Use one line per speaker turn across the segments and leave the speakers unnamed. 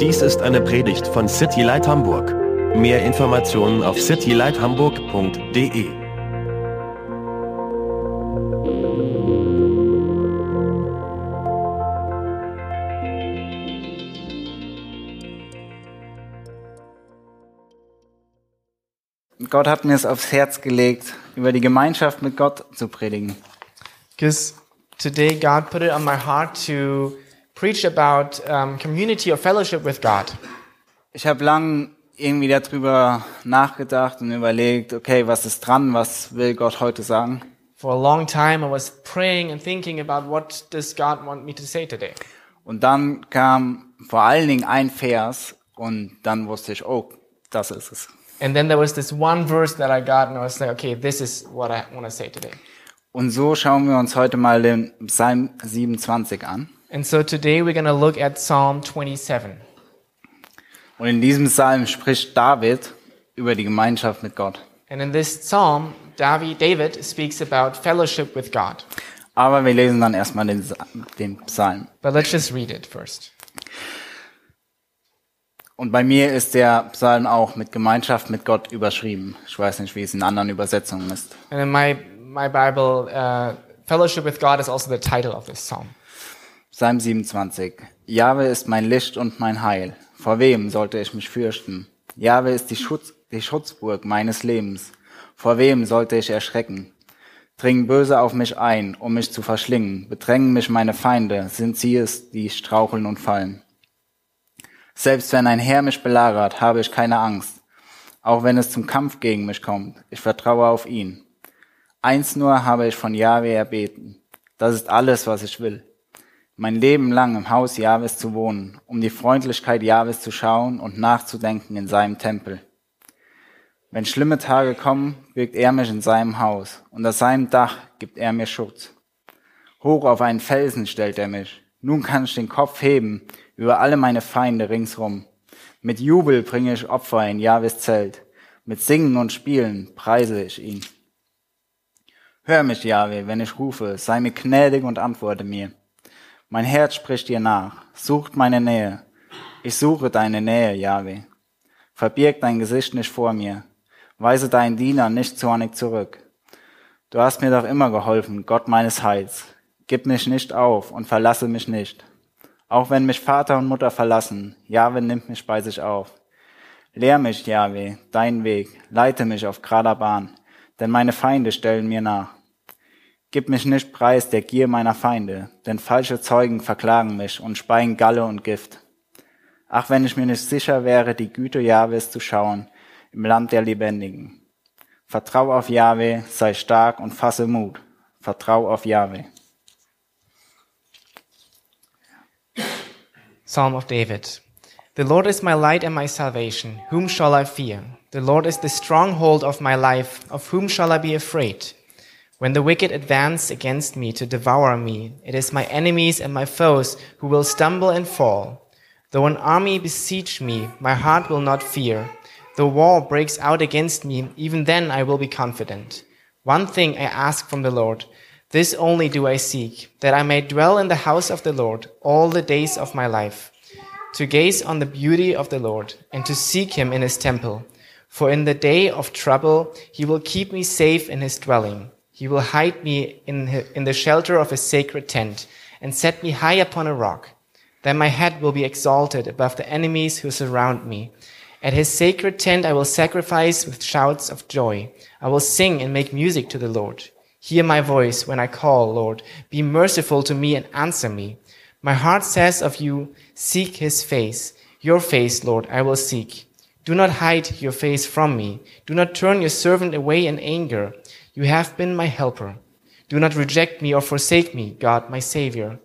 Dies ist eine Predigt von City Light Hamburg. Mehr Informationen auf citylighthamburg.de.
Gott hat mir es aufs Herz gelegt, über die Gemeinschaft mit Gott zu predigen.
Because today God put it on my heart to preach about um, community or fellowship with God.
Ich habe lang irgendwie darüber nachgedacht und überlegt, okay, was ist dran, was will Gott heute sagen?
For a long time, I was praying and thinking about what does God want me to say today.
Und dann kam vor allen Dingen ein Vers und dann wusste ich, oh, das ist es.
And then there was this one verse that I got, and I was like, okay, this is what I want to say today.
Und so schauen wir uns heute mal den Psalm 27 an.
And so today we're going to look at Psalm 27.
Und in diesem Psalm spricht David über die Gemeinschaft mit Gott.
And in this psalm, Davi David speaks about fellowship with God.
Aber wir lesen dann erstmal den, Sa- den Psalm.
But let's just read it first.
Und bei mir ist der Psalm auch mit Gemeinschaft mit Gott überschrieben. Ich weiß nicht, wie es in anderen Übersetzungen ist.
And in my my Bible, uh, fellowship with God is also the title of this psalm.
Psalm 27. Jahwe ist mein Licht und mein Heil. Vor wem sollte ich mich fürchten? Jahwe ist die, Schutz, die Schutzburg meines Lebens. Vor wem sollte ich erschrecken? Dringen Böse auf mich ein, um mich zu verschlingen. Bedrängen mich meine Feinde, sind sie es, die straucheln und fallen. Selbst wenn ein Herr mich belagert, habe ich keine Angst. Auch wenn es zum Kampf gegen mich kommt, ich vertraue auf ihn. Eins nur habe ich von Jahwe erbeten. Das ist alles, was ich will. Mein Leben lang im Haus Jahwes zu wohnen, um die Freundlichkeit Jahwes zu schauen und nachzudenken in seinem Tempel. Wenn schlimme Tage kommen, birgt er mich in seinem Haus. Unter seinem Dach gibt er mir Schutz. Hoch auf einen Felsen stellt er mich. Nun kann ich den Kopf heben über alle meine Feinde ringsrum. Mit Jubel bringe ich Opfer in Jahwes Zelt. Mit Singen und Spielen preise ich ihn. Hör mich, Jahwe, wenn ich rufe, sei mir gnädig und antworte mir. Mein Herz spricht dir nach, sucht meine Nähe. Ich suche deine Nähe, Jahwe. Verbirg dein Gesicht nicht vor mir. Weise deinen Diener nicht zornig zurück. Du hast mir doch immer geholfen, Gott meines Heils. Gib mich nicht auf und verlasse mich nicht. Auch wenn mich Vater und Mutter verlassen, Jahwe nimmt mich bei sich auf. Lehr mich, Jahwe, deinen Weg, leite mich auf gerader Bahn, denn meine Feinde stellen mir nach. Gib mich nicht preis der Gier meiner Feinde, denn falsche Zeugen verklagen mich und speien Galle und Gift. Ach, wenn ich mir nicht sicher wäre, die Güte Jahwes zu schauen, im Land der Lebendigen. Vertrau auf Jahwe, sei stark und fasse Mut. Vertrau auf Jahwe.
Psalm of David. The Lord is my light and my salvation. Whom shall I fear? The Lord is the stronghold of my life. Of whom shall I be afraid? When the wicked advance against me to devour me, it is my enemies and my foes who will stumble and fall. Though an army besiege me, my heart will not fear. Though war breaks out against me, even then I will be confident. One thing I ask from the Lord, this only do I seek, that I may dwell in the house of the Lord all the days of my life, to gaze on the beauty of the Lord, and to seek him in his temple. For in the day of trouble he will keep me safe in his dwelling. He will hide me in, hi- in the shelter of his sacred tent, and set me high upon a rock. Then my head will be exalted above the enemies who surround me. At his sacred tent I will sacrifice with shouts of joy. I will sing and make music to the Lord. Hear my voice when I call, Lord. Be merciful to me and answer me. My heart says of you, Seek his face. Your face, Lord, I will seek. Do not hide your face from me. Do not turn your servant away in anger. You have been my helper. Do not reject me or forsake me, God, my Savior.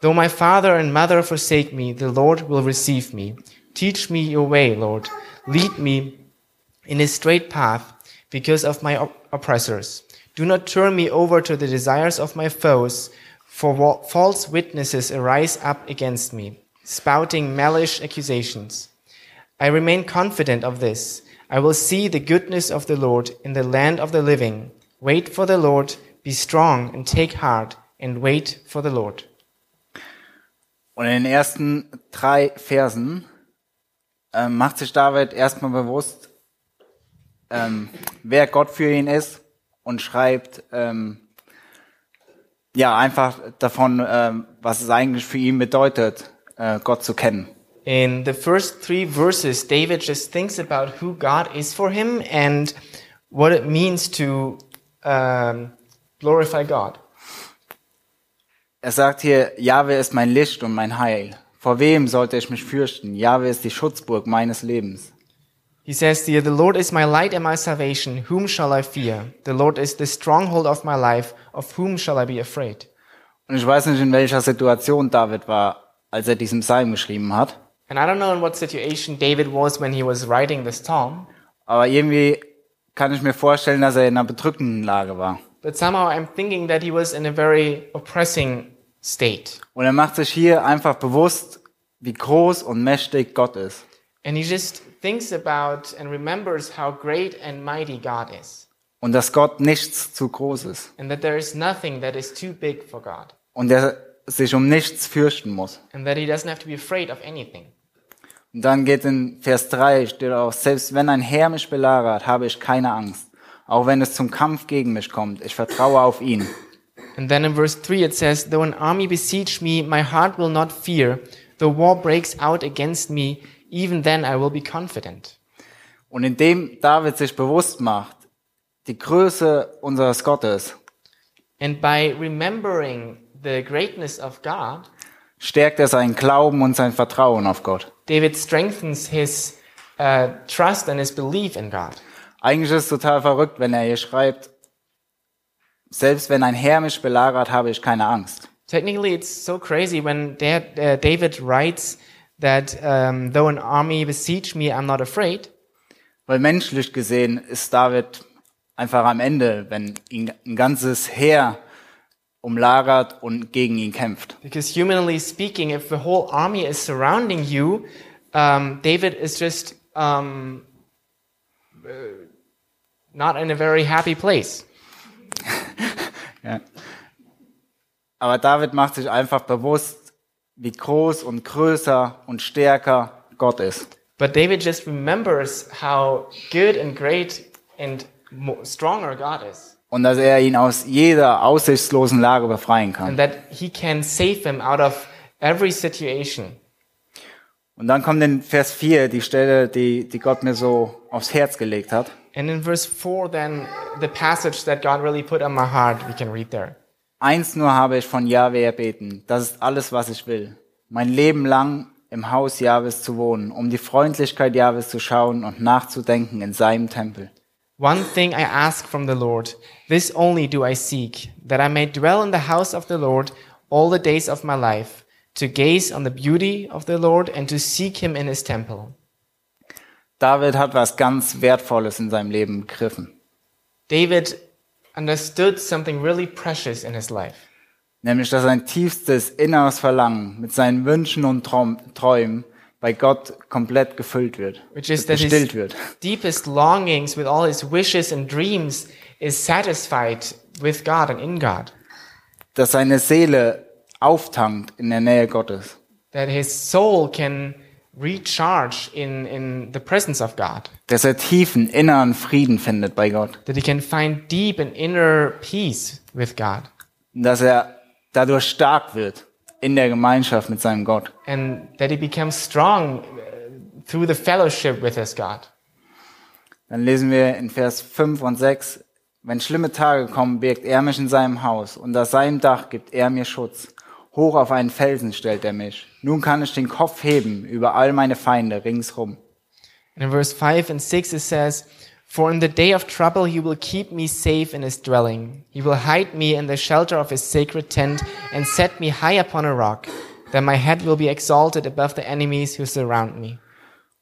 Though my father and mother forsake me, the Lord will receive me. Teach me your way, Lord. Lead me in a straight path because of my op- oppressors. Do not turn me over to the desires of my foes, for wa- false witnesses arise up against me, spouting malice accusations. I remain confident of this. I will see the goodness of the Lord in the land of the living. Wait for the Lord, be strong and take heart, and wait for the Lord.
Und in den ersten drei Versen ähm, macht sich David erstmal bewusst, ähm, wer Gott für ihn ist und schreibt ähm, ja einfach davon, ähm, was es eigentlich für ihn bedeutet, äh, Gott zu kennen.
In the first three verses, David just thinks about who God is for him and what it means to um, glorify God.
Er sagt hier, Jahwe ist mein Licht und mein Heil. Vor wem sollte ich mich fürchten? Jahwe ist die Schutzburg meines Lebens.
He says here, The Lord is my light and my salvation. Whom shall I fear? The Lord is the stronghold of my life. Of whom shall I be afraid?
Und ich weiß nicht, in welcher Situation David war, als er diesen Psalm geschrieben hat.
And I don't know in what situation David was when he was writing this psalm,
Aber irgendwie kann ich mir vorstellen, dass er in einer bedrückenden Lage war.
but somehow I'm thinking that he was in a very oppressing state.
Und er macht sich hier einfach bewusst, wie groß und mächtig Gott ist.
And he just thinks about and remembers how great and mighty God is,
Und dass Gott nichts zu groß ist.
and that there is nothing that is too big for God,
Und er sich um nichts fürchten muss.
and that he doesn't have to be afraid of anything.
Und dann geht in Vers 3, steht auch, selbst wenn ein Herr mich belagert, habe ich keine Angst. Auch wenn es zum Kampf gegen mich kommt, ich vertraue auf ihn.
And then in verse 3 it says, Though an army besiege me, my heart will not fear. Though war breaks out against me, even then I will be confident.
Und indem David sich bewusst macht, die Größe unseres Gottes,
And by remembering the greatness of God,
stärkt er seinen Glauben und sein Vertrauen auf Gott.
David strengthens his uh, trust and his belief in God.
Eigentlich ist es total verrückt, wenn er hier schreibt, selbst wenn ein Herr mich belagert, habe ich keine Angst.
Technically, it's so crazy when Da- uh, David writes that um, though an army besiege me, I'm not afraid.
Weil menschlich gesehen ist David einfach am Ende, wenn ihn ein ganzes Heer umlagert und gegen ihn kämpft.
Because humanly speaking, if the whole army is surrounding you, um, David is just um, uh, not in a very happy place.
Aber David macht sich einfach bewusst, wie groß und größer und stärker Gott ist.
But David just remembers how good and great and mo- stronger God is,
Und dass er ihn aus jeder aussichtslosen Lage befreien kann.
and that he can save him out of every situation.
Und dann kommt in Vers 4 die Stelle, die, die Gott mir so aufs Herz gelegt hat.
And in verse 4, then, the passage that God really put on my heart, we can read there.
Eins nur habe ich von Jahwe erbeten, das ist alles, was ich will. Mein Leben lang im Haus Jahwes zu wohnen, um die Freundlichkeit Jahwes zu schauen und nachzudenken in seinem Tempel.
One thing I ask from the Lord, this only do I seek, that I may dwell in the house of the Lord all the days of my life, to gaze on the beauty of the Lord and to seek him in his temple.
David hat was ganz Wertvolles in seinem Leben gegriffen,
David understood something really precious in his life,
nämlich dass sein tiefstes inneres Verlangen mit seinen Wünschen und Traum, Träumen bei Gott komplett gefüllt wird,
which is that
gestillt
his
wird.
deepest longings with all his wishes and dreams is satisfied with God and in God,
Dass seine Seele auftankt in der Nähe Gottes.
that his soul can recharge in, in the presence of God.
dass er tiefen inneren Frieden findet bei Gott,
that he can find deep and inner peace with God
Und dass er dadurch stark wird in der Gemeinschaft mit seinem Gott.
and that he becomes strong uh, through the fellowship with his God.
Dann lesen wir in Vers 5 und 6, wenn schlimme Tage kommen, birgt er mich in seinem Haus, unter seinem Dach gibt er mir Schutz. Hoch auf einen Felsen stellt er mich. Nun kann ich den Kopf heben über all meine Feinde ringsrum.
And in verse 5 and 6 it says, For in the day of trouble he will keep me safe in his dwelling. He will hide me in the shelter of his sacred tent and set me high upon a rock, that my head will be exalted above the enemies who surround me.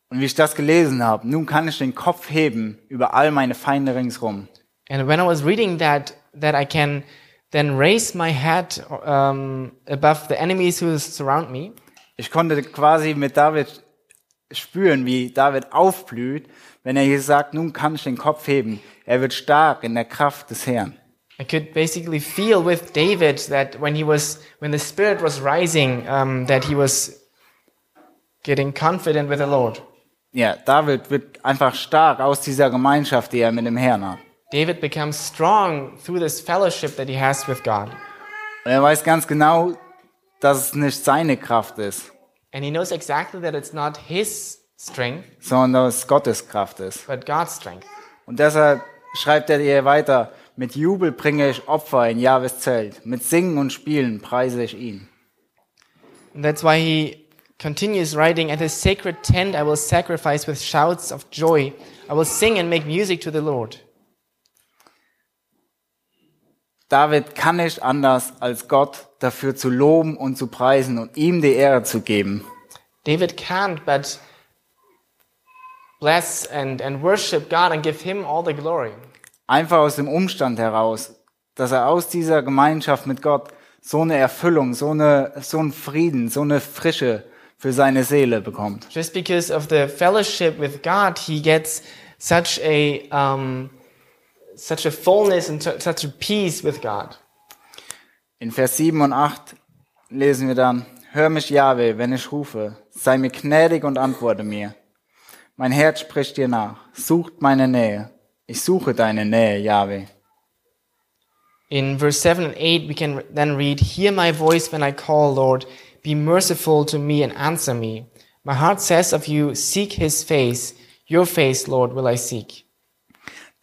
Und wie ich das gelesen habe, nun kann ich den Kopf heben über all meine Feinde ringsrum.
And when I was reading that, that I can then raise my head um, above the enemies who surround me,
Ich konnte quasi mit David spüren, wie David aufblüht, wenn er hier sagt, nun kann ich den Kopf heben. Er wird stark in der Kraft des Herrn.
I could basically feel with David that when he was, when the spirit was rising, um, that he was getting confident with the Lord.
Ja, David wird einfach stark aus dieser Gemeinschaft, die er mit dem Herrn hat.
David becomes strong through this fellowship that he has with God.
Und er weiß ganz genau, dass es nicht seine Kraft ist,
And he knows exactly that it's not his strength,
sondern dass es Gottes Kraft ist.
but God's strength.
Und deshalb schreibt er ihr weiter, mit Jubel bringe ich Opfer in Jahwes Zelt, mit Singen und Spielen preise ich ihn.
And that's why he continues writing, At his sacred tent I will sacrifice with shouts of joy. I will sing and make music to the Lord.
David kann nicht anders, als Gott dafür zu loben und zu preisen und ihm die Ehre zu geben.
David can't but bless and, and worship God and give him all the glory.
Einfach aus dem Umstand heraus, dass er aus dieser Gemeinschaft mit Gott so eine Erfüllung, so, eine, so einen Frieden, so eine Frische für seine Seele bekommt.
Just because of the fellowship with God, he gets such a, um, such a fullness and su- such a peace with God.
In Vers 7 und 8 lesen wir dann, Hör mich, Jahwe, wenn ich rufe, sei mir gnädig und antworte mir. Mein Herz spricht dir nach, sucht meine Nähe. Ich suche deine Nähe, Jahwe.
In verse 7 and 8, we can then read, Hear my voice when I call, Lord. Be merciful to me and answer me. My heart says of you, Seek his face. Your face, Lord, will I seek.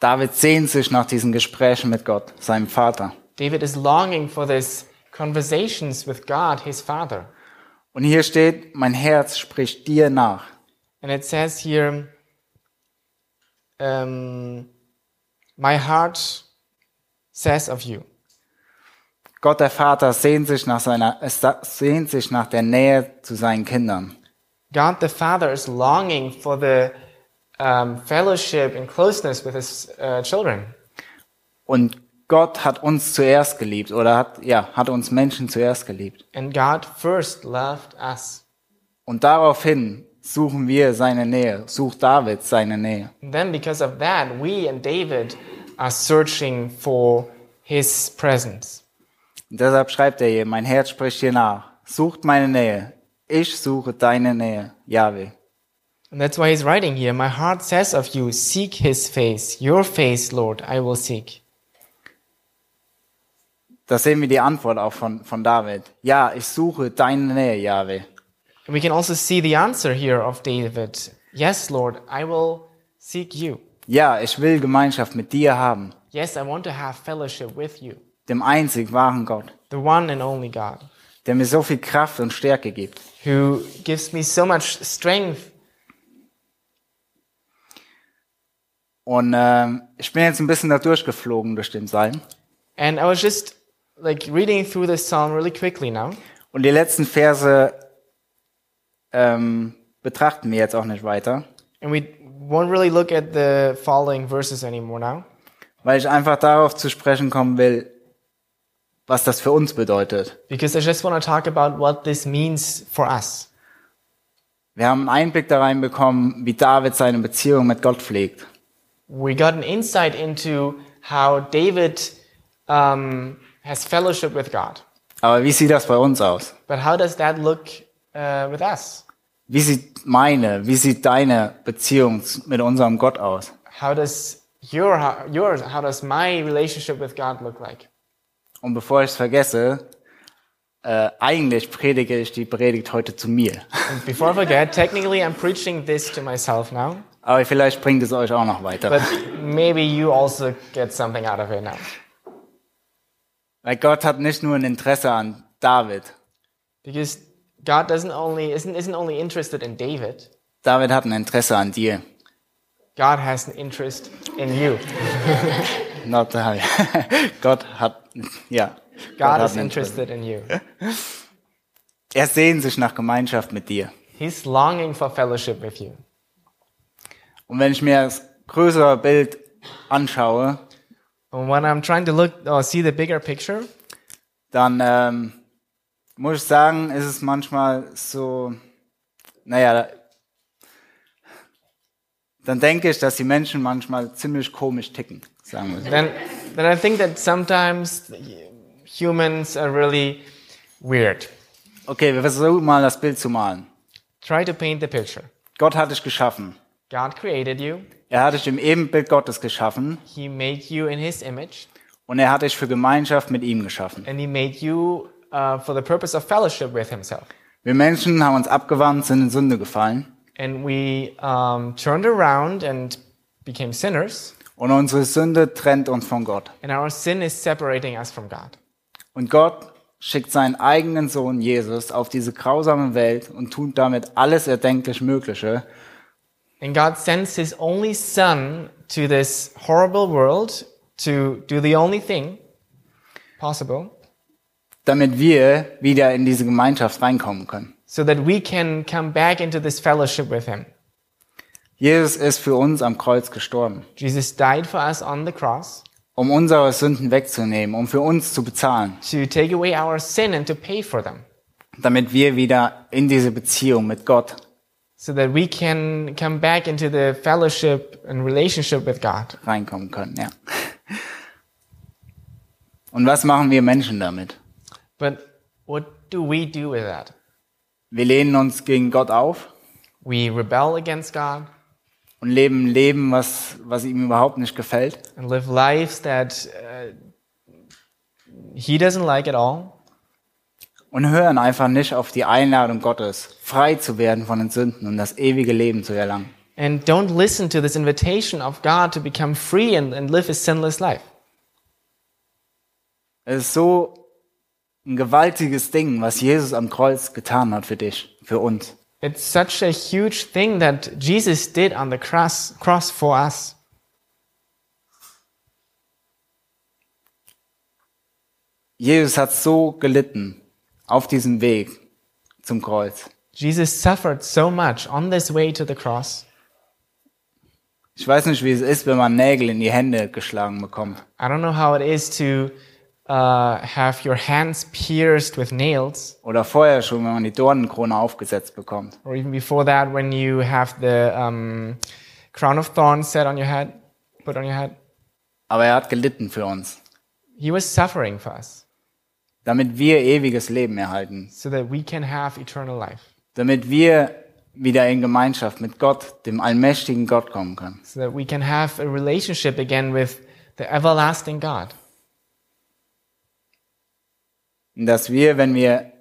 David sehnt sich nach diesen Gesprächen mit Gott, seinem Vater.
David is longing for this conversations with God, his father.
Und hier steht, mein Herz spricht dir nach.
And it says here, um, My heart says of you.
Gott der Vater sehnt sich nach seiner, es sa- sehnt sich nach der Nähe zu seinen Kindern.
God the Father is longing for the um, fellowship and closeness with his uh, children.
Und Gott hat uns zuerst geliebt oder hat, ja, hat uns Menschen zuerst geliebt.
And God first loved us.
Und daraufhin suchen wir seine Nähe, sucht David seine Nähe.
And then, because of that, we and David are searching for his presence.
Und deshalb schreibt er hier, mein Herz spricht dir nach, sucht meine Nähe. Ich suche deine Nähe, Yahweh.
And that's why he's writing here My heart says of you, seek his face. Your face, Lord, I will seek.
Da sehen wir die Antwort auch von, von David. Ja, ich suche deine Nähe, Yahweh.
And we can also see the answer here of David Yes, Lord, I will seek you.
Ja, ich will Gemeinschaft mit dir haben,
Yes, I want to have fellowship with you,
dem einzig wahren Gott,
the one and only God,
der mir so viel Kraft und Stärke gibt.
who gives me so much strength.
Und ähm, ich bin jetzt ein bisschen da durchgeflogen durch den Psalm.
And I was just like reading through this psalm really quickly now.
Und die letzten Verse ähm, betrachten wir jetzt auch nicht weiter,
And we won't really look at the following verses anymore now,
weil ich einfach darauf zu sprechen kommen will, was das für uns bedeutet.
because I just want to talk about what this means for us.
Wir haben einen Einblick da reinbekommen, wie David seine Beziehung mit Gott pflegt.
We got an insight into how David um, has fellowship with God.
Aber wie sieht das bei uns aus?
But how does that look uh, with us?
Wie sieht meine, wie sieht deine Beziehung mit unserem Gott aus?
How does your, how, yours, how does my relationship with God look like?
Und bevor ich es vergesse, äh, eigentlich predige ich die Predigt heute zu mir.
And before I forget, technically I'm preaching this to myself now,
Aber vielleicht bringt es euch auch noch weiter.
but maybe you also get something out of it now.
Weil Gott hat nicht nur ein Interesse an David.
Because God doesn't only isn't isn't only interested in David.
David hat ein Interesse an dir.
God has an interest in you.
Not David. Gott hat, ja.
God
hat
is
ein Interesse.
interested in you.
Er sehnt sich nach Gemeinschaft mit dir.
He's longing for fellowship with you.
Und wenn ich mir das größere Bild anschaue,
And when I'm trying to look or see the bigger picture,
dann ähm, muss ich sagen, ist es manchmal so, naja, dann denke ich, dass die Menschen manchmal ziemlich komisch ticken, sagen wir so.
then But I think that sometimes humans are really weird.
Okay, wir versuchen mal das Bild zu malen.
Try to paint the picture.
Gott hat dich geschaffen.
God created you.
Er hat dich im Ebenbild Gottes geschaffen
He made you in His image,
und er hat dich für Gemeinschaft mit ihm geschaffen.
and He made you uh, for the purpose of fellowship with Himself.
Wir Menschen haben uns abgewandt, sind in Sünde gefallen
And we um, turned around and became sinners,
und unsere Sünde trennt uns von Gott.
and our sin is separating us from God.
Und Gott schickt seinen eigenen Sohn Jesus auf diese grausame Welt und tut damit alles erdenklich Mögliche,
And God sends His only Son to this horrible world to do the only thing possible
damit wir wieder in diese Gemeinschaft reinkommen können.
so that we can come back into this fellowship with Him.
Jesus ist für uns am Kreuz gestorben,
Jesus died for us on the cross
um unsere Sünden wegzunehmen, um für uns zu bezahlen,
to take away our sin and to pay for them
damit wir wieder in diese Beziehung mit Gott
so that we can come back into the fellowship and relationship with God.
reinkommen können, ja. Und was machen wir Menschen damit?
But what do we do with that?
Wir lehnen uns gegen Gott auf
We rebel against God
und leben ein Leben, was, was ihm überhaupt nicht gefällt.
and live lives that uh, He doesn't like at all.
Und hören einfach nicht auf die Einladung Gottes, frei zu werden von den Sünden und das ewige Leben zu erlangen.
And don't listen to this invitation of God to become free and, and live a sinless life.
Es ist so ein gewaltiges Ding, was Jesus am Kreuz getan hat für dich, für uns.
It's such a huge thing that Jesus did on the cross, cross for us.
Jesus hat so gelitten auf diesem Weg zum Kreuz.
Jesus suffered so much on this way to the cross.
Ich weiß nicht, wie es ist, wenn man Nägel in die Hände geschlagen bekommt.
I don't know how it is to uh, have your hands pierced with nails,
Oder vorher schon, wenn man die Dornenkrone aufgesetzt bekommt.
or even before that, when you have the um, crown of thorns set on your head, put on your head.
Aber er hat gelitten für uns,
He was suffering for us
damit wir ewiges Leben erhalten,
so that we can have eternal life,
damit wir wieder in Gemeinschaft mit Gott, dem allmächtigen Gott kommen können.
so that we can have a relationship again with the everlasting God.
Und dass wir, wenn wir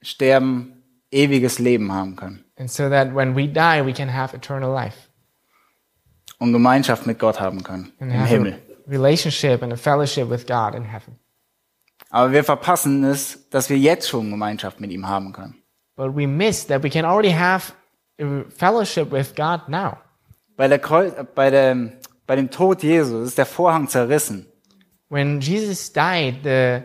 sterben, ewiges Leben haben können
And so that when we die, we can have eternal life
und Gemeinschaft mit Gott haben können
and
im
have
Himmel.
a relationship and a fellowship with God in heaven.
Aber wir verpassen es, dass wir jetzt schon Gemeinschaft mit ihm haben können.
But we miss that we can already have a fellowship with God now.
Bei, der Kreuz, äh, bei, der, bei dem Tod Jesus ist der Vorhang zerrissen.
When Jesus died, the,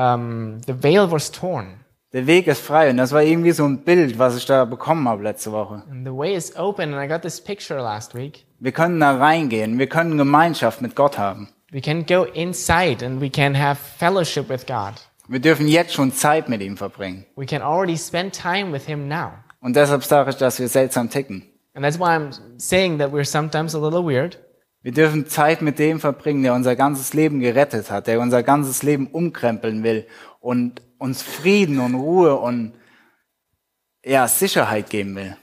um, the veil was torn,
Der Weg ist frei und das war irgendwie so ein Bild, was ich da bekommen habe letzte Woche.
and the way is open. And I got this picture last week.
Wir können da reingehen, wir können Gemeinschaft mit Gott haben.
We can go inside and we can have fellowship with God.
Wir dürfen jetzt schon Zeit mit ihm verbringen.
We can already spend time with Him now.
Und deshalb sage ich, dass wir seltsam ticken.
And that's why I'm saying that we're sometimes a little weird.
Wir dürfen Zeit mit dem verbringen, der unser ganzes Leben gerettet hat, der unser ganzes Leben umkrempeln will und uns Frieden und Ruhe und ja, Sicherheit geben will.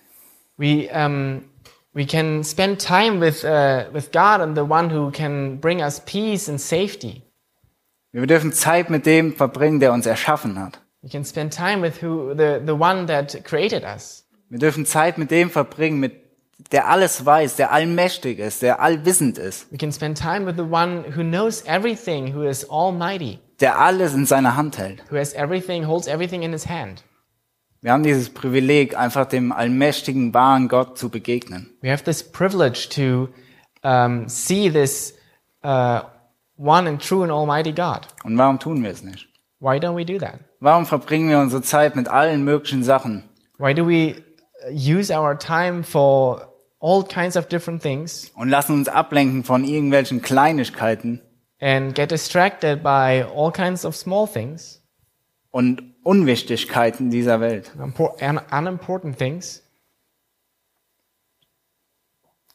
We, um, we can spend time with, uh, with God and the one who can bring us peace and safety.
Wir dürfen Zeit mit dem verbringen, der uns erschaffen hat.
We can spend time with who, the, the one that created us.
Wir dürfen Zeit mit dem verbringen, mit der alles weiß, der allmächtig ist, der allwissend ist,
We can spend time with the one who knows everything, who is almighty,
der alles in seiner Hand hält.
who has everything, holds everything in his hand.
Wir haben dieses Privileg, einfach dem allmächtigen, wahren Gott zu begegnen.
We have this privilege to um, see this uh, one and true and almighty God.
Und warum tun wir es nicht?
Why don't we do that?
Warum verbringen wir unsere Zeit mit allen möglichen Sachen?
Why do we uh, use our time for all kinds of different things
und lassen uns ablenken von irgendwelchen Kleinigkeiten
and get distracted by all kinds of small things
und Unwichtigkeiten dieser Welt.
impor- and unimportant things?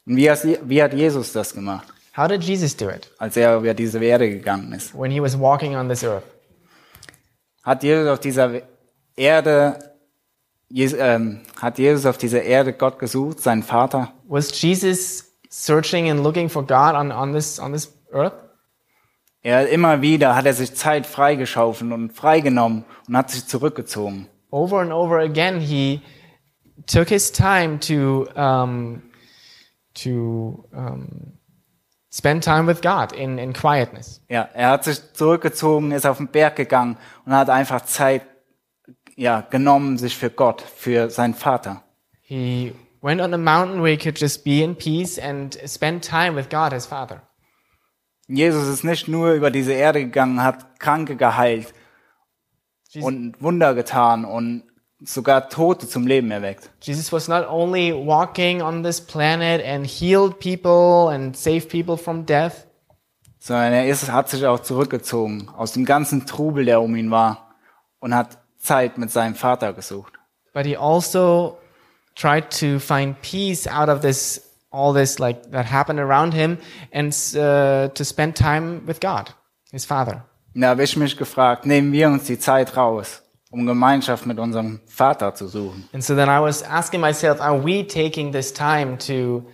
Und wie, has- wie hat Jesus das gemacht?
How did Jesus do it
als er über diese Erde gegangen ist.
when he was walking on this earth?
Hat Jesus auf dieser Erde, Jes- ähm, hat Jesus auf dieser Erde Gott gesucht, seinen Vater?
Was Jesus searching and looking for God on, on, this, on this earth?
Er immer wieder hat er sich Zeit freigeschaufelt und freigenommen und hat sich zurückgezogen.
Over and over again, he took his time to, um, to um, spend time with God in, in quietness.
Ja, er hat sich zurückgezogen, ist auf den Berg gegangen und hat einfach Zeit ja, genommen sich für Gott, für seinen Vater.
He went on a mountain where he could just be in peace and spend time with God, his Father.
Jesus ist nicht nur über diese Erde gegangen, hat Kranke geheilt und Wunder getan und sogar Tote zum Leben erweckt.
Jesus was not only walking on this planet and healed people and saved people from death,
sondern er ist, hat sich auch zurückgezogen aus dem ganzen Trubel, der um ihn war, und hat Zeit mit seinem Vater gesucht.
but he also tried to find peace out of this all this like that happened around him and uh, to spend time with God, his Father.
Und da habe ich mich gefragt, nehmen wir uns die Zeit raus, um Gemeinschaft mit unserem Vater zu suchen?
And so then I was asking myself, are we taking this time to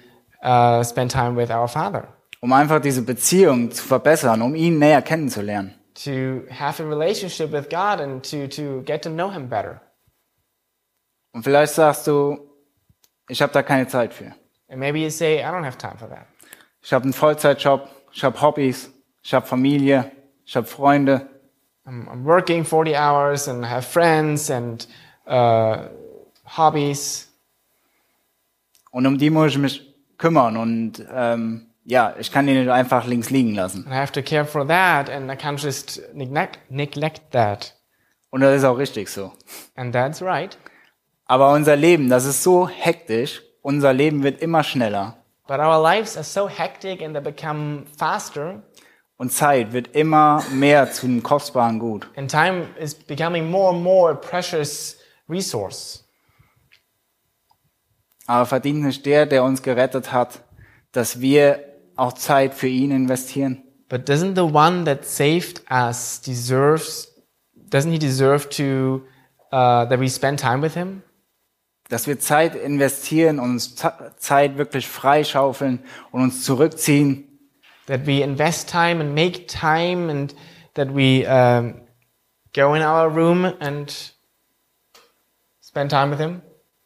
uh, spend time with our Father,
Um einfach diese Beziehung zu verbessern, um ihn näher kennenzulernen.
to have a relationship with God and to to get to know Him better?
Und vielleicht sagst du, ich habe da keine Zeit für.
And maybe you say, I don't have time for that.
Ich habe einen Vollzeitjob, ich habe Hobbys, ich habe Familie, ich habe Freunde.
I'm, I'm working 40 hours and have friends and uh, hobbies.
Und um die muss ich mich kümmern. Und ähm, ja, ich kann die nicht einfach links liegen lassen.
And I have to care for that and I can't just neglect, neglect that.
Und das ist auch richtig so.
And that's right.
Aber unser Leben, das ist so hektisch. Unser Leben wird immer schneller.
But our lives are so hectic and they become faster
Und Zeit wird immer mehr zu einem kostbaren Gut.
and time is becoming more and more a precious resource.
Aber verdient nicht der, der uns gerettet hat, dass wir auch Zeit für ihn investieren?
But doesn't the one that saved us deserves, doesn't he deserve to, uh, that we spend time with him?
Dass wir Zeit investieren und uns Za- Zeit wirklich freischaufeln und uns zurückziehen
that we invest time and make time and that we um, go in our room and spend time with him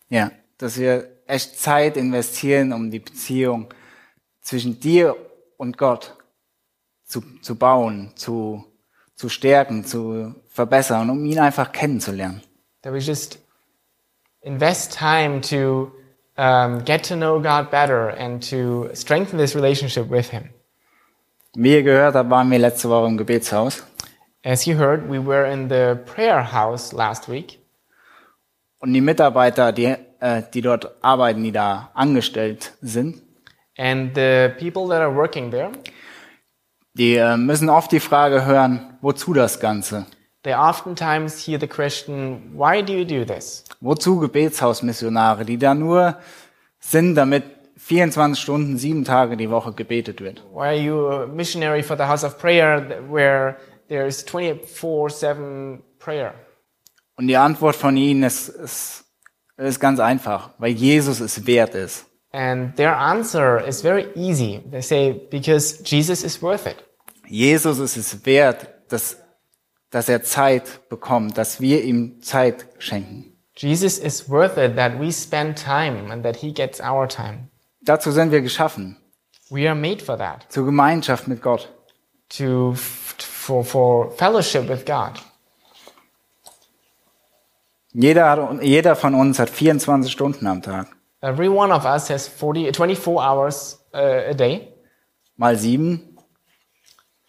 Ja, dass wir echt Zeit investieren, um die Beziehung zwischen dir und Gott zu, zu bauen, zu, zu stärken, zu verbessern, um ihn einfach kennenzulernen.
that we just invest time to um, get to know god better and to strengthen this relationship with him
Wie ihr gehört habt, waren wir letzte Woche im Gebetshaus
as you heard we were in the prayer house last week
und die Mitarbeiter, die, äh, die dort arbeiten, die da angestellt sind,
and the people that are working there
die äh, müssen oft die Frage hören, wozu das Ganze?
they oftentimes hear the question why do you do this
Wozu Gebetshausmissionare, die da nur sind, damit 24 Stunden, sieben Tage die Woche gebetet wird?
Why are you a missionary for the house of prayer th- where there's 24 7 prayer?
Und die Antwort von ihnen ist, ist, ist ganz einfach, weil Jesus es wert ist.
And their answer is very easy. They say, because Jesus is worth it.
Jesus ist es wert, dass, dass er Zeit bekommt, dass wir ihm Zeit schenken.
Jesus is worth it that we spend time and that he gets our time.
Dazu sind wir geschaffen,
We are made for that,
zur Gemeinschaft mit Gott.
to, f- for, for fellowship with God.
Jeder, hat, jeder von uns hat 24 Stunden am Tag.
Every one of us has 40, 24 hours uh, a day,
Mal 7,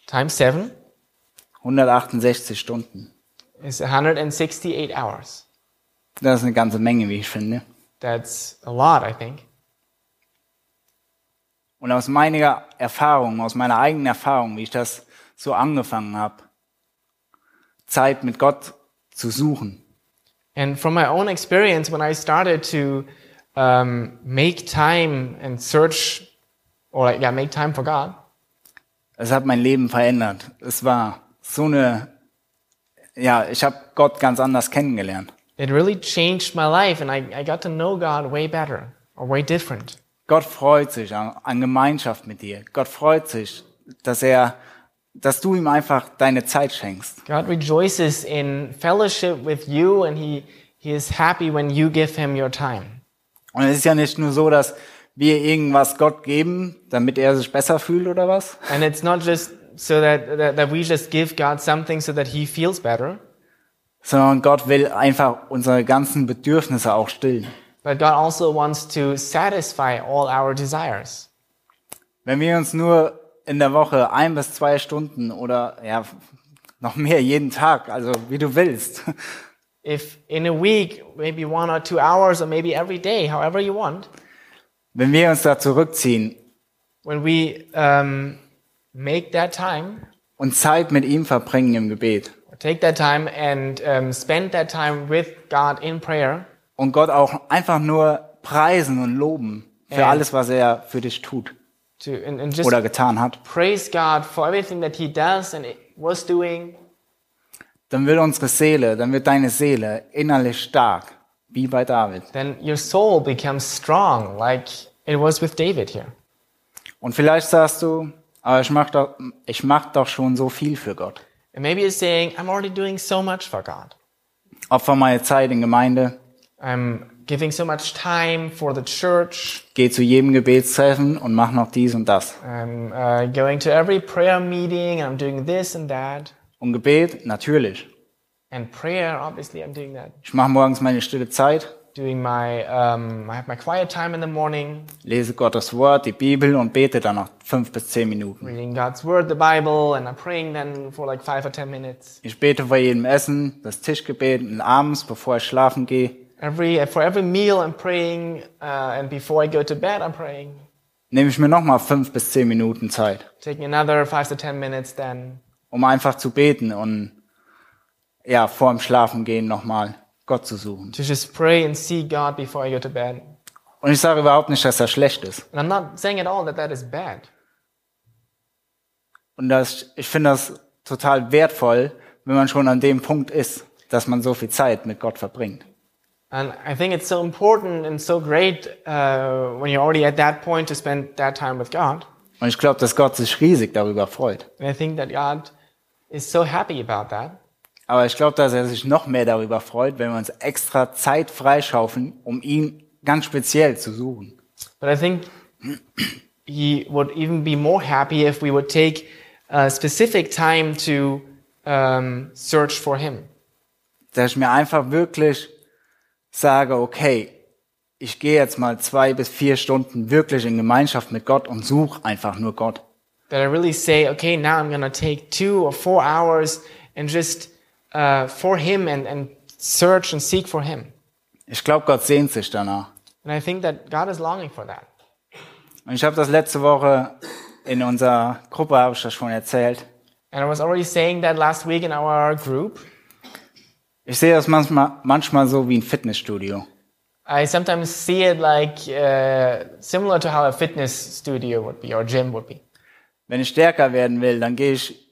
times seven
168 Stunden.
is 168 hours.
Das ist eine ganze Menge, wie ich finde.
That's a lot, I think.
Und aus meiner Erfahrung, aus meiner eigenen Erfahrung, wie ich das so angefangen habe, Zeit mit Gott zu suchen,
And from my own experience, when I started to um, make time and search, or like, yeah, make time for God,
Es hat mein Leben verändert. Es war so eine, ja, ich habe Gott ganz anders kennengelernt.
It really changed my life, and I, I got to know God way better or way different.
Gott freut sich an, an Gemeinschaft mit dir. Gott freut sich, dass er, dass du ihm einfach deine Zeit schenkst.
God rejoices in fellowship with you, and He, he is happy when you give Him your time.
Und es ist ja nicht nur so, dass wir irgendwas Gott geben, damit er sich besser fühlt oder was,
And it's not just so that, that, that we just give God something so that He feels better,
sondern Gott will einfach unsere ganzen Bedürfnisse auch stillen.
but God also wants to satisfy all our desires.
Wenn wir uns nur in der Woche ein bis zwei Stunden oder ja noch mehr jeden Tag, also wie du willst,
If in a week, maybe one or two hours, or maybe every day, however you want,
wenn wir uns da zurückziehen
when we um, make that time,
und Zeit mit ihm verbringen im Gebet
take that time and um, spend that time with God in prayer,
und Gott auch einfach nur preisen und loben für
Ja.
alles, was er für dich tut
to and, and just
oder getan hat,
praise God for everything that He does and was doing,
dann wird unsere Seele, dann wird deine Seele innerlich stark, wie bei David.
then your soul becomes strong, like it was with David here.
Und vielleicht sagst du, aber ich mach doch, ich mach doch schon so viel für Gott.
And maybe you're saying, I'm already doing so much for God.
Opfer meine Zeit in Gemeinde,
I'm giving so much time for the church.
geh zu jedem Gebetstreffen und mach noch dies und das.
I'm uh, going to every prayer meeting. I'm doing this and that.
Und Gebet, natürlich.
And prayer, obviously, I'm doing that.
Ich mache morgens meine stille Zeit,
Doing my, um, I have my quiet time in the morning,
lese Gottes Wort, die Bibel und bete dann noch fünf bis zehn Minuten.
reading God's Word, the Bible, and I'm praying then for like five or ten minutes.
Ich bete vor jedem Essen, das Tischgebet und abends, bevor ich schlafen gehe.
Every for every meal, I'm praying, uh, and before I go to bed, I'm praying.
nehme ich mir nochmal fünf bis zehn Minuten Zeit,
Taking another five to ten minutes then
um einfach zu beten und ja, vor dem Schlafengehen nochmal Gott zu suchen.
to just pray and see God before I go to bed.
Und ich sage überhaupt nicht, dass das schlecht ist.
And I'm not saying at all that that is bad.
Und das, ich finde das total wertvoll, wenn man schon an dem Punkt ist, dass man so viel Zeit mit Gott verbringt.
And I think it's so important and so great uh, when you're already at that point to spend that time with God.
Und ich glaube, dass Gott sich riesig darüber freut.
And I think that God is so happy about that.
Aber ich glaube, dass er sich noch mehr darüber freut, wenn wir uns extra Zeit freischaufeln, um ihn ganz speziell zu suchen.
But I think He would even be more happy if we would take a specific time to um, search for Him.
dass ich mir einfach wirklich sage, okay, ich gehe jetzt mal zwei bis vier Stunden wirklich in Gemeinschaft mit Gott und suche einfach nur Gott.
That I really say, okay, now I'm going to take two or four hours and just uh, for Him and, and search and seek for Him.
Ich glaube, Gott sehnt sich danach.
And I think that God is longing for that.
Und ich habe das letzte Woche in unserer Gruppe, habe ich das schon erzählt.
And I was already saying that last week in our group.
Ich sehe das manchmal, manchmal so wie ein Fitnessstudio.
I sometimes see it like uh, similar to how a fitness studio would be or gym would be.
Wenn ich stärker werden will, dann gehe ich,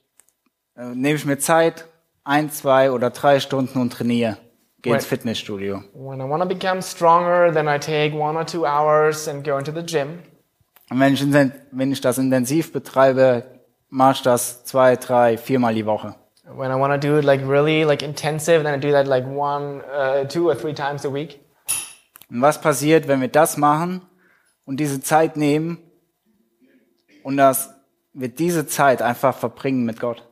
äh, nehme ich mir Zeit, ein, zwei oder drei Stunden und trainiere. Gehe ins
Right.
Fitnessstudio.
When I want to become stronger, then I take one or two hours and go into the gym.
Und wenn ich, inten- wenn ich das intensiv betreibe, mache ich das zwei, drei, viermal die Woche.
When I want to do it like really like intensive, then I do that like one, uh, two or three times a week.
Und was passiert, wenn wir das machen und diese Zeit nehmen und das, wir diese Zeit einfach verbringen mit Gott?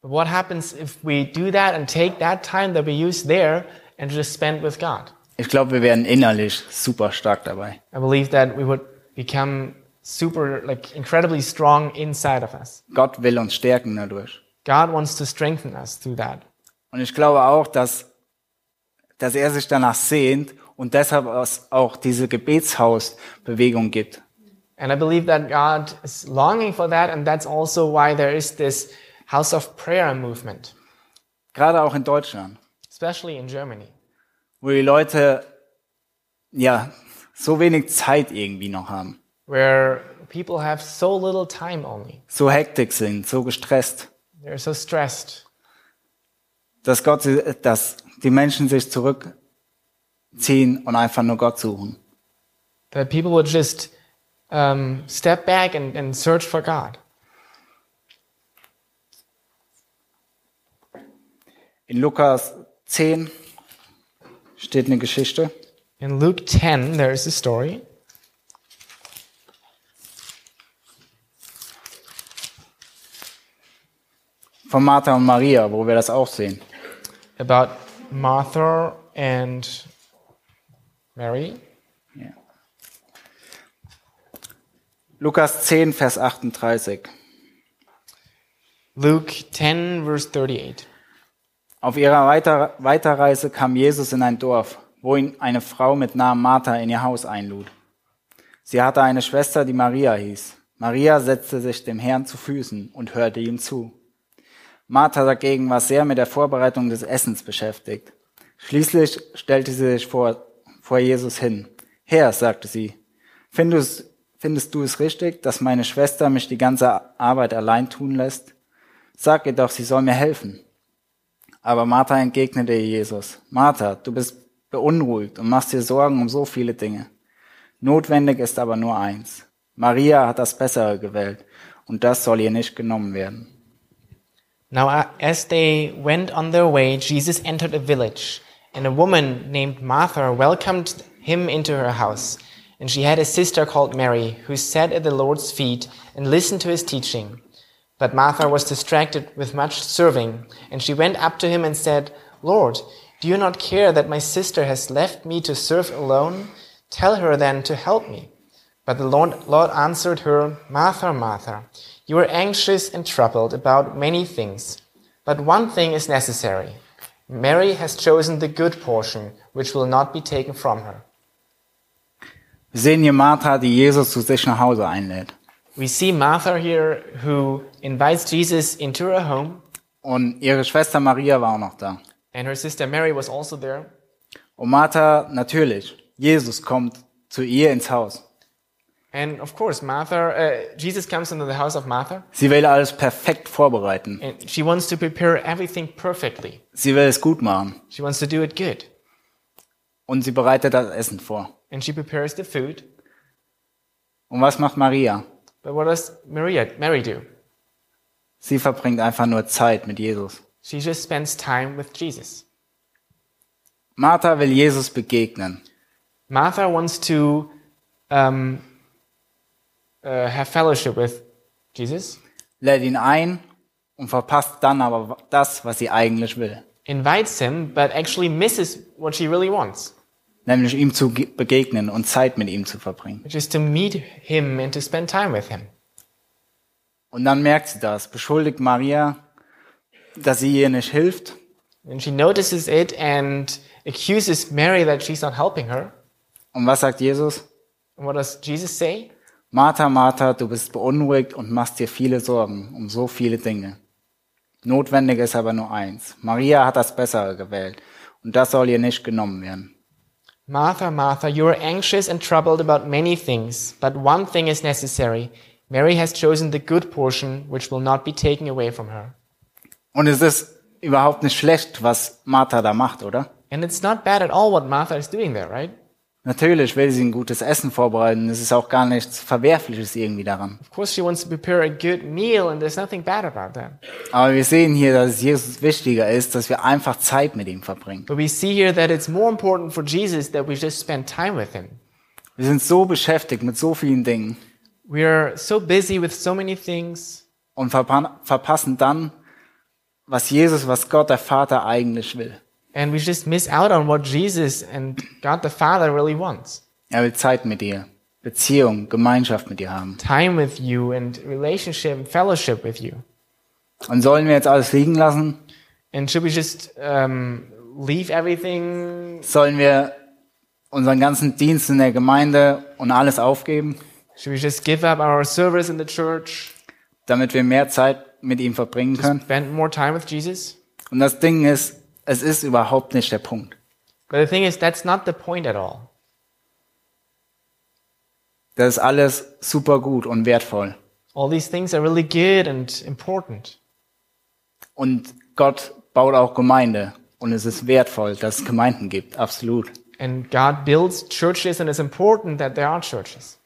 But what happens if we do that and take that time that we use there and just spend with God?
Ich glaube, wir werden innerlich super stark dabei.
I believe that we would become super, like incredibly strong inside of us.
Gott will uns stärken dadurch.
God wants to strengthen us through that.
Und ich glaube auch, dass, dass er sich danach sehnt und deshalb es auch diese Gebetshausbewegung gibt.
And I believe that God is longing for that, and that's also why there is this house of prayer movement,
Gerade auch in Deutschland.
especially in Germany,
wo die Leute ja so wenig Zeit irgendwie noch haben.
where People have so little time only.
so hektisch sind, so gestresst,
They're so stressed
dass Gott, sie- dass die Menschen sich zurückziehen und einfach nur Gott suchen.
that people would just um, step back and, and search for God.
In Lukas 10 steht eine Geschichte.
In Luke 10, there is a story.
von Martha und Maria, wo wir das auch sehen.
about Martha and Mary.
Ja. Lukas 10, Vers 38.
Luke 10, verse 38.
Auf ihrer Weiter Weiterreise kam Jesus in ein Dorf, wo ihn eine Frau mit Namen Martha in ihr Haus einlud. Sie hatte eine Schwester, die Maria hieß. Maria setzte sich dem Herrn zu Füßen und hörte ihm zu. Martha dagegen war sehr mit der Vorbereitung des Essens beschäftigt. Schließlich stellte sie sich vor, vor Jesus hin. Herr, sagte sie, findest, findest du es richtig, dass meine Schwester mich die ganze Arbeit allein tun lässt? Sag ihr doch, sie soll mir helfen. Aber Martha entgegnete ihr Jesus, Martha, du bist beunruhigt und machst dir Sorgen um so viele Dinge. Notwendig ist aber nur eins. Maria hat das Bessere gewählt und das soll ihr nicht genommen werden.
Now, a- as they went on their way, Jesus entered a village, and a woman named Martha welcomed him into her house. And she had a sister called Mary, who sat at the Lord's feet and listened to his teaching. But Martha was distracted with much serving, and she went up to him and said, Lord, do you not care that my sister has left me to serve alone? Tell her then to help me. But the Lord, Lord answered her, Martha, Martha, you are anxious and troubled about many things, but one thing is necessary. Mary has chosen the good portion, which will not be taken from her.
Wir sehen hier Martha, die Jesus zu sich nach Hause einlädt.
We see Martha here who invites Jesus into her home,
Und ihre Schwester Maria war auch noch da.
and her sister Mary was also there.
Und Martha, natürlich, Jesus kommt zu ihr ins Haus.
And of course, Martha, uh, Jesus comes into the house of Martha,
Sie will alles perfekt vorbereiten.
and she wants to prepare everything perfectly.
Sie will es gut machen.
She wants to do it good,
Und sie bereitet das Essen vor.
and she prepares the food.
Und was macht Maria?
But what does Maria, Mary do?
Sie verbringt einfach nur Zeit mit Jesus.
She just spends time with Jesus.
Martha will Jesus begegnen.
Martha wants to um, uh, have fellowship with Jesus,
lädt ihn ein und verpasst dann aber das, was sie eigentlich will,
invites him, but actually misses what she really wants,
nämlich ihm zu ge- begegnen und Zeit mit ihm zu verbringen.
which is to meet him and to spend time with him.
Und dann merkt sie das, beschuldigt Maria, dass sie ihr nicht hilft
And she notices it and accuses Mary that she's not helping her.
und was sagt Jesus?
And what does Jesus say?
Martha, Martha, du bist beunruhigt und machst dir viele Sorgen um so viele Dinge. Notwendig ist aber nur eins. Maria hat das Bessere gewählt und das soll ihr nicht genommen werden.
Martha, Martha, you are anxious and troubled about many things, but one thing is necessary. Mary has chosen the good portion, which will not be taken away from her.
Und es ist überhaupt nicht schlecht, was Martha da macht, oder?
And it's not bad at all what Martha is doing there, right?
Natürlich will sie ein gutes Essen vorbereiten. Es ist auch gar nichts Verwerfliches irgendwie daran.
Of course, she wants to prepare a good meal, and there's nothing bad about that.
Aber wir sehen hier, dass es Jesus wichtiger ist, dass wir einfach Zeit mit ihm verbringen.
But we see here that it's more important for Jesus that we just spend time with him.
Wir sind so beschäftigt mit so vielen Dingen
We are so busy with so many things,
und verpa verpassen dann, was Jesus, was Gott, der Vater eigentlich will.
and we just miss out on what Jesus and God the Father really wants
Er will Zeit mit dir, Beziehung, Gemeinschaft mit dir haben.
time with you, and relationship and fellowship with you.
Und sollen wir jetzt alles liegen lassen?
And should we just um, leave everything?
Sollen wir unseren ganzen Dienst in der Gemeinde und alles aufgeben,
Should we just give up our service in the church,
damit wir mehr Zeit mit ihm verbringen können?
spend more time with Jesus?
Und das Ding ist, es ist überhaupt nicht der Punkt.
But the thing is, that's not the point at all.
Das ist alles super gut und wertvoll.
All these things are really good and important.
Und Gott baut auch Gemeinde. Und es ist wertvoll, dass es Gemeinden gibt. Absolut.
And God builds churches, and it's important that there are churches.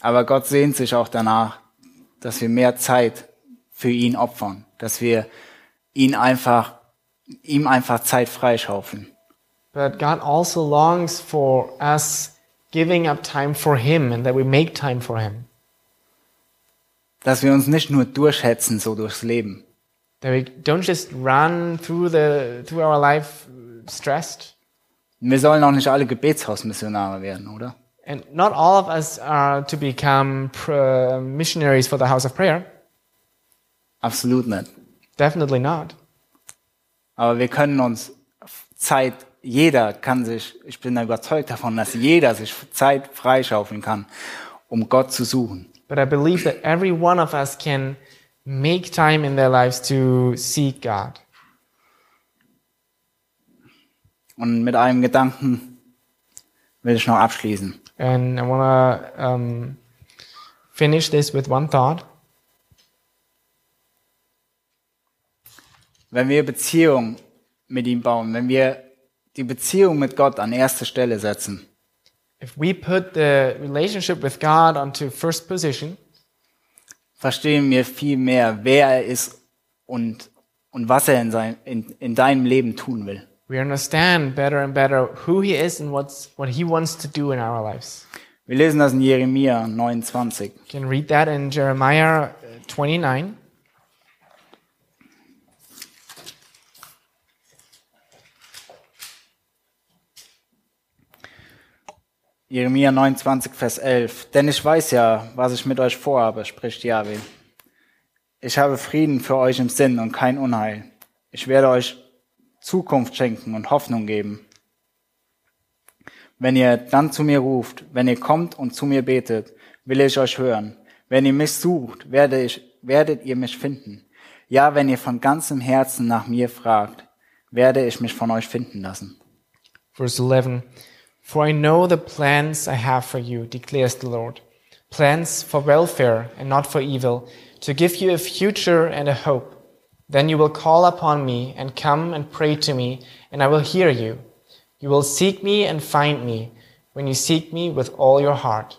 Aber Gott sehnt sich auch danach, dass wir mehr Zeit für ihn opfern. Dass wir ihn einfach, ihm einfach Zeit freischaufeln.
But God also longs for us giving up time for Him and that we make time for Him,
Dass wir uns nicht nur durchhetzen so durchs Leben,
that we don't just run through, the, through our life stressed.
Wir sollen auch nicht alle Gebetshausmissionare werden, oder?
And not all of us are to become pr- missionaries for the house of prayer.
Absolut nicht.
Definitely not.
Aber wir können uns Zeit, jeder kann sich, ich bin da überzeugt davon, dass jeder sich Zeit freischaufeln kann, um Gott zu suchen.
But I believe that every one of us can make time in their lives to seek God.
Und mit einem Gedanken will ich noch abschließen.
And I want to um, finish this with one thought.
Wenn wir Beziehung mit ihm bauen, wenn wir die Beziehung mit Gott an erste Stelle setzen,
If we put the relationship with God onto first position,
verstehen wir viel mehr, wer er ist und, und was er in, sein, in, in deinem Leben tun will.
we understand better and better who He is and what's, what He wants to do in our lives.
Wir lesen das in Jeremia 29.
You can read that in Jeremiah uh, 29.
Jeremia 29, Vers 11. Denn ich weiß ja, was ich mit euch vorhabe, spricht Jahwe. Ich habe Frieden für euch im Sinn und kein Unheil. Ich werde euch Zukunft schenken und Hoffnung geben. Wenn ihr dann zu mir ruft, wenn ihr kommt und zu mir betet, will ich euch hören. Wenn ihr mich sucht, werde ich, werdet ihr mich finden. Ja, wenn ihr von ganzem Herzen nach mir fragt, werde ich mich von euch finden lassen.
Verse 11 For I know the plans I have for you, declares the Lord plans for welfare and not for evil, to give you a future and a hope. Then you will call upon me and come and pray to me, and I will hear you. You will seek me and find me when you seek me with all your heart.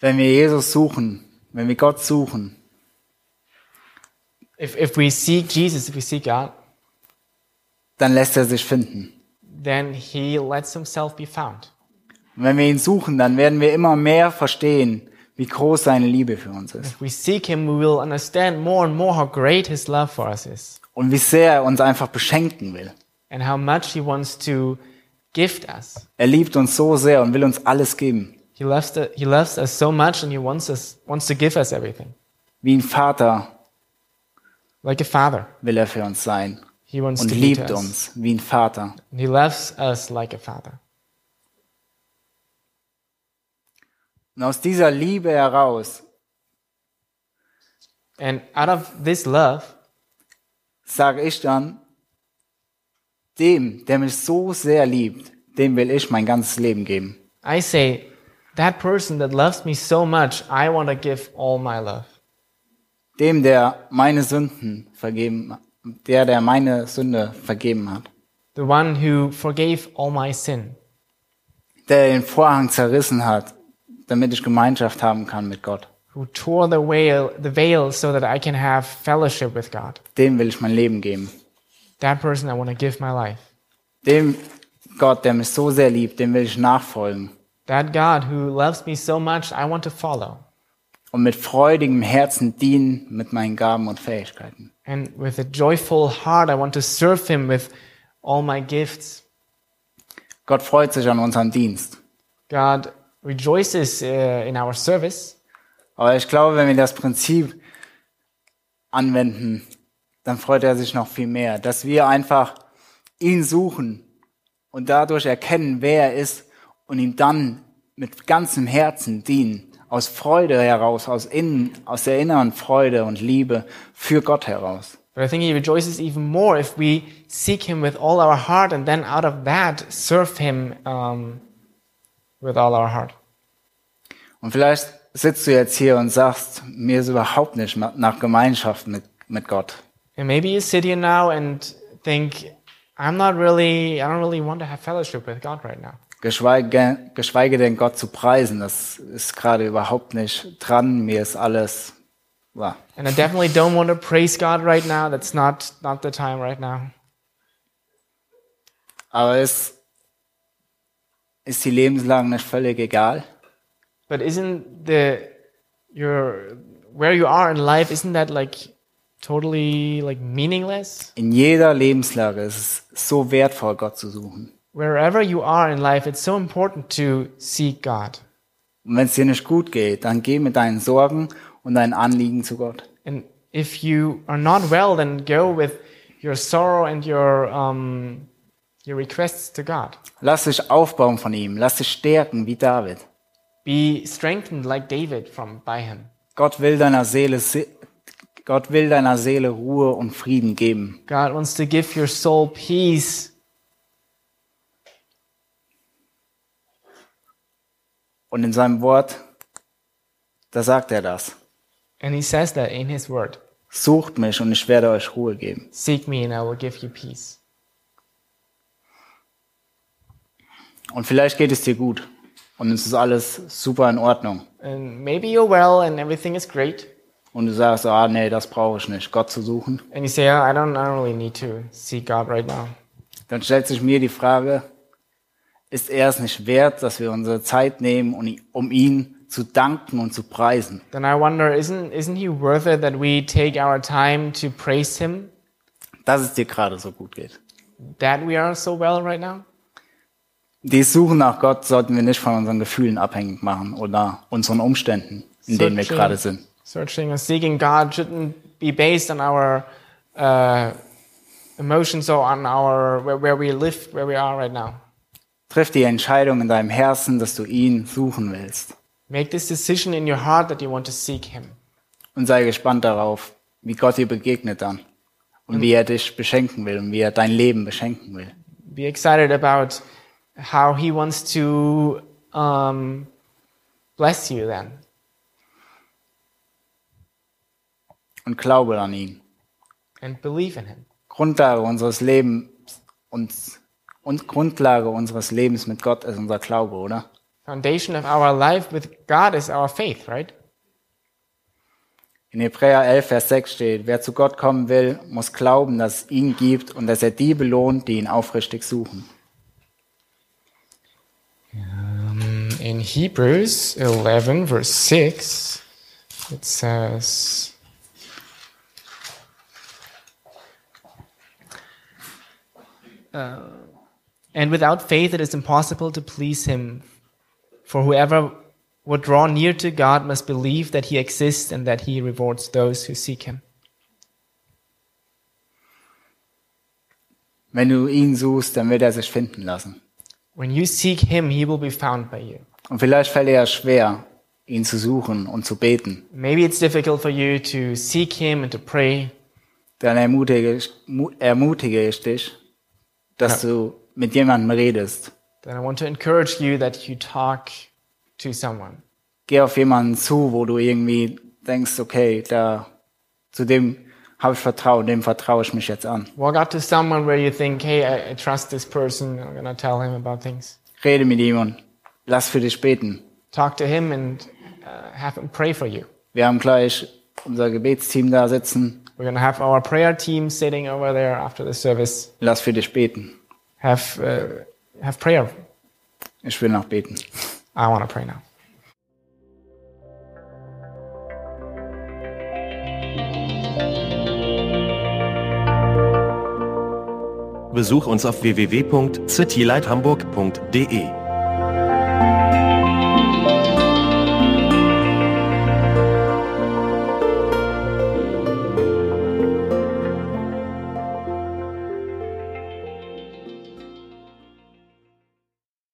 Wenn wir Jesus suchen, wenn wir Gott suchen,
If, if we seek Jesus, if we seek God,
dann lässt er sich finden.
then he lets himself be found.
Und wenn wir ihn suchen, dann werden wir immer mehr verstehen, wie groß seine Liebe für uns ist
If we seek him, we will understand more and more how great his love for us is
und wie sehr er uns einfach beschenken will.
and how much he wants to gift us.
Er liebt uns so sehr und will uns alles geben,
He loves, the, he loves us so much and he wants, us, wants to give us everything.
wie ein Vater
Like a father,
will er für uns sein
he wants
und
to be to
liebt
us.
uns wie ein Vater.
And he loves us like a father.
Und aus dieser Liebe heraus
And out of this love,
sage ich dann, dem, der mich so sehr liebt, dem will ich mein ganzes Leben geben.
I say, that person that loves me so much, I want to give all my love.
Dem, der meine Sünden vergeben, der, der meine Sünde vergeben hat.
The one who forgave all my sin,
der den Vorhang zerrissen hat, damit ich Gemeinschaft haben kann mit Gott.
who tore the veil, the veil so that I can have fellowship with God.
Dem will ich mein Leben geben.
That person I want to give my life.
Dem Gott, der mich so sehr liebt, dem will ich nachfolgen
That God who loves me so much, I want to follow.
und mit freudigem Herzen dienen mit meinen Gaben und Fähigkeiten.
And with a joyful heart, I want to serve him with all my gifts.
Gott freut sich an unserem Dienst.
God rejoices uh, in our service.
Aber ich glaube, wenn wir das Prinzip anwenden, dann freut er sich noch viel mehr, dass wir einfach ihn suchen und dadurch erkennen, wer er ist und ihm dann mit ganzem Herzen dienen, aus Freude heraus, aus innen, aus der inneren Freude und Liebe für Gott heraus.
But I think he rejoices even more if we seek him with all our heart and then out of that serve him um, with all our heart.
Und vielleicht sitzt du jetzt hier und sagst, mir ist überhaupt nicht ma- nach Gemeinschaft mit, mit Gott.
And maybe you sit here now and think, I'm not really, I don't really want to have fellowship with God right now.
Geschweige, geschweige denn Gott zu preisen, das ist gerade überhaupt nicht dran. Mir ist alles. Wow.
And I definitely don't want to praise God right now. That's not, not the time right now.
Aber es ist die Lebenslage nicht völlig egal.
But isn't the, your, where you are in life, isn't that like totally like meaningless?
In jeder Lebenslage ist es so wertvoll, Gott zu suchen.
Wherever you are in life, it's so important to seek God.
Und wenn es dir nicht gut geht, dann geh mit deinen Sorgen und deinen Anliegen zu Gott.
And if you are not well, then go with your sorrow and your, um, your requests to God.
Lass dich aufbauen von ihm, lass dich stärken wie David.
Be strengthened like David from by him.
Gott will deiner Seele, Si- Gott will deiner Seele Ruhe und Frieden geben.
God wants to give your soul peace.
Und in seinem Wort, da sagt er das.
And he says that in his word.
Sucht mich und ich werde euch Ruhe geben.
Seek me and I will give you peace.
Und vielleicht geht es dir gut. Und es ist alles super in Ordnung.
And maybe you're well and everything is great.
Und du sagst, ah, nee, das brauche ich nicht, Gott zu suchen.
And you say, oh, I don't I don't really need to seek God right now.
Dann stellt sich mir die Frage, ist er es nicht wert, dass wir unsere Zeit nehmen, um ihn- um ihn zu danken und zu preisen?
Then I wonder, isn't isn't he worth it that we take our time to praise him?
Dass es dir gerade so gut geht.
That we are so well right now?
Die Suche nach Gott sollten wir nicht von unseren Gefühlen abhängig machen oder unseren Umständen, in denen wir
Searching-
gerade sind.
Searching and seeking God shouldn't be based on our uh, emotions or on our where, where we live, where we are right now.
Triff die Entscheidung in deinem Herzen, dass du ihn suchen willst.
Make this decision in your heart that you want to seek Him,
Und sei gespannt darauf, wie Gott dir begegnet dann. Und wie er dich beschenken will und wie er dein Leben beschenken will.
be excited about how He wants to um, bless you then,
Und glaube an ihn.
and believe in Him.
Grundlage unseres Lebens und, und Grundlage unseres Lebens mit Gott ist unser Glaube, oder?
Foundation of our life with God is our faith, right?
In Hebräer 11, Vers 6 steht, wer zu Gott kommen will, muss glauben, dass es ihn gibt und dass er die belohnt, die ihn aufrichtig suchen.
In Hebrews 11, verse 6, it says, uh, And without faith it is impossible to please him. For whoever would draw near to God must believe that he exists and that he rewards those who seek him.
Wenn du ihn suchst, dann wird er sich finden lassen.
When you seek him, he will be found by you.
Und vielleicht fällt dir ja schwer, ihn zu suchen und zu beten.
Maybe it's difficult for you to seek him and to pray,
Dann ermutige ich, mu- ermutige ich dich, dass du mit jemandem redest.
then I want to encourage you that you talk to someone.
Geh auf jemanden zu, wo du irgendwie denkst, okay, da, zu dem habe ich Vertrauen, dem vertraue ich mich jetzt an.
Walk up to someone where you think, hey, I, I trust this person, I'm gonna tell him about things.
Rede mit ihm und lass für dich beten.
Talk to him and uh, have him pray for you.
Wir haben gleich unser Gebetsteam da sitzen.
We're gonna have our prayer team sitting over there after the service.
Lass für dich beten.
Have uh, have prayer.
Ich will noch beten.
I wanna pray now.
Besuch uns auf www.citylighthamburg.de.